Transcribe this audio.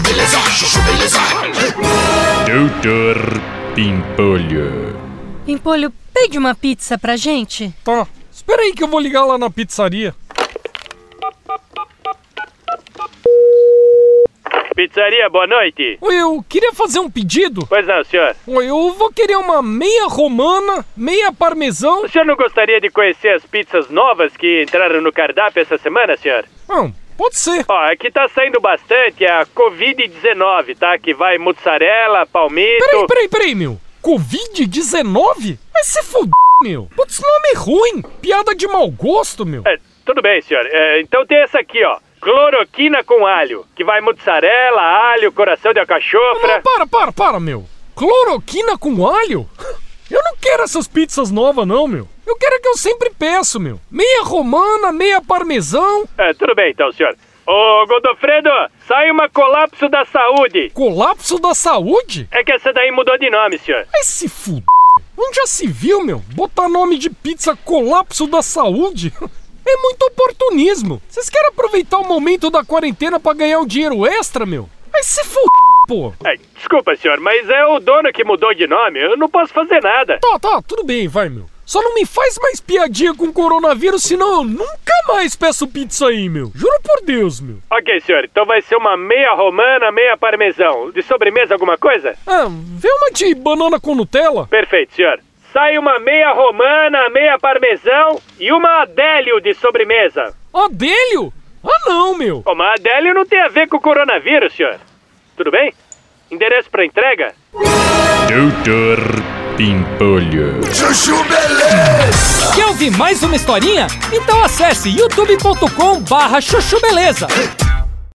beleza, chuchu beleza. Doutor Pimpolho. Pimpolho, pede uma pizza pra gente. Tá, espera aí que eu vou ligar lá na pizzaria. Pizzaria, boa noite. Oi, eu queria fazer um pedido. Pois não, senhor. Oi, eu vou querer uma meia romana, meia parmesão. O senhor não gostaria de conhecer as pizzas novas que entraram no cardápio essa semana, senhor? Ah, pode ser. Ó, aqui tá saindo bastante a Covid-19, tá? Que vai mozzarella, palmito... Peraí, peraí, peraí, meu. Covid-19? Vai se fuder, meu. Putz, nome é ruim. Piada de mau gosto, meu. É, tudo bem, senhor. É, então tem essa aqui, ó. Cloroquina com alho, que vai mozzarella, alho, coração de alcachofra. Não, para, para, para, meu. Cloroquina com alho? Eu não quero essas pizzas novas, não, meu. Eu quero a que eu sempre peço, meu. Meia romana, meia parmesão. É, tudo bem então, senhor. Ô, Godofredo, sai uma colapso da saúde. Colapso da saúde? É que essa daí mudou de nome, senhor. Vai se fuder. Onde já se viu, meu? Botar nome de pizza colapso da saúde? É muito oportunismo. Vocês querem aproveitar o momento da quarentena pra ganhar um dinheiro extra, meu? Vai se fuder, pô. É, desculpa, senhor, mas é o dono que mudou de nome. Eu não posso fazer nada. Tá, tá, tudo bem, vai, meu. Só não me faz mais piadinha com coronavírus, senão eu nunca mais peço pizza aí, meu. Juro por Deus, meu. Ok, senhor, então vai ser uma meia romana, meia parmesão. De sobremesa alguma coisa? Ah, vê uma de banana com Nutella. Perfeito, senhor. Sai uma meia romana, meia parmesão e uma adélio de sobremesa. Adélio? Ah, não, meu. Ô, mas adélio não tem a ver com o coronavírus, senhor. Tudo bem? Endereço para entrega? Doutor Pimpolho. Chuchu beleza. Quer ouvir mais uma historinha? Então acesse youtube.com barra chuchu beleza.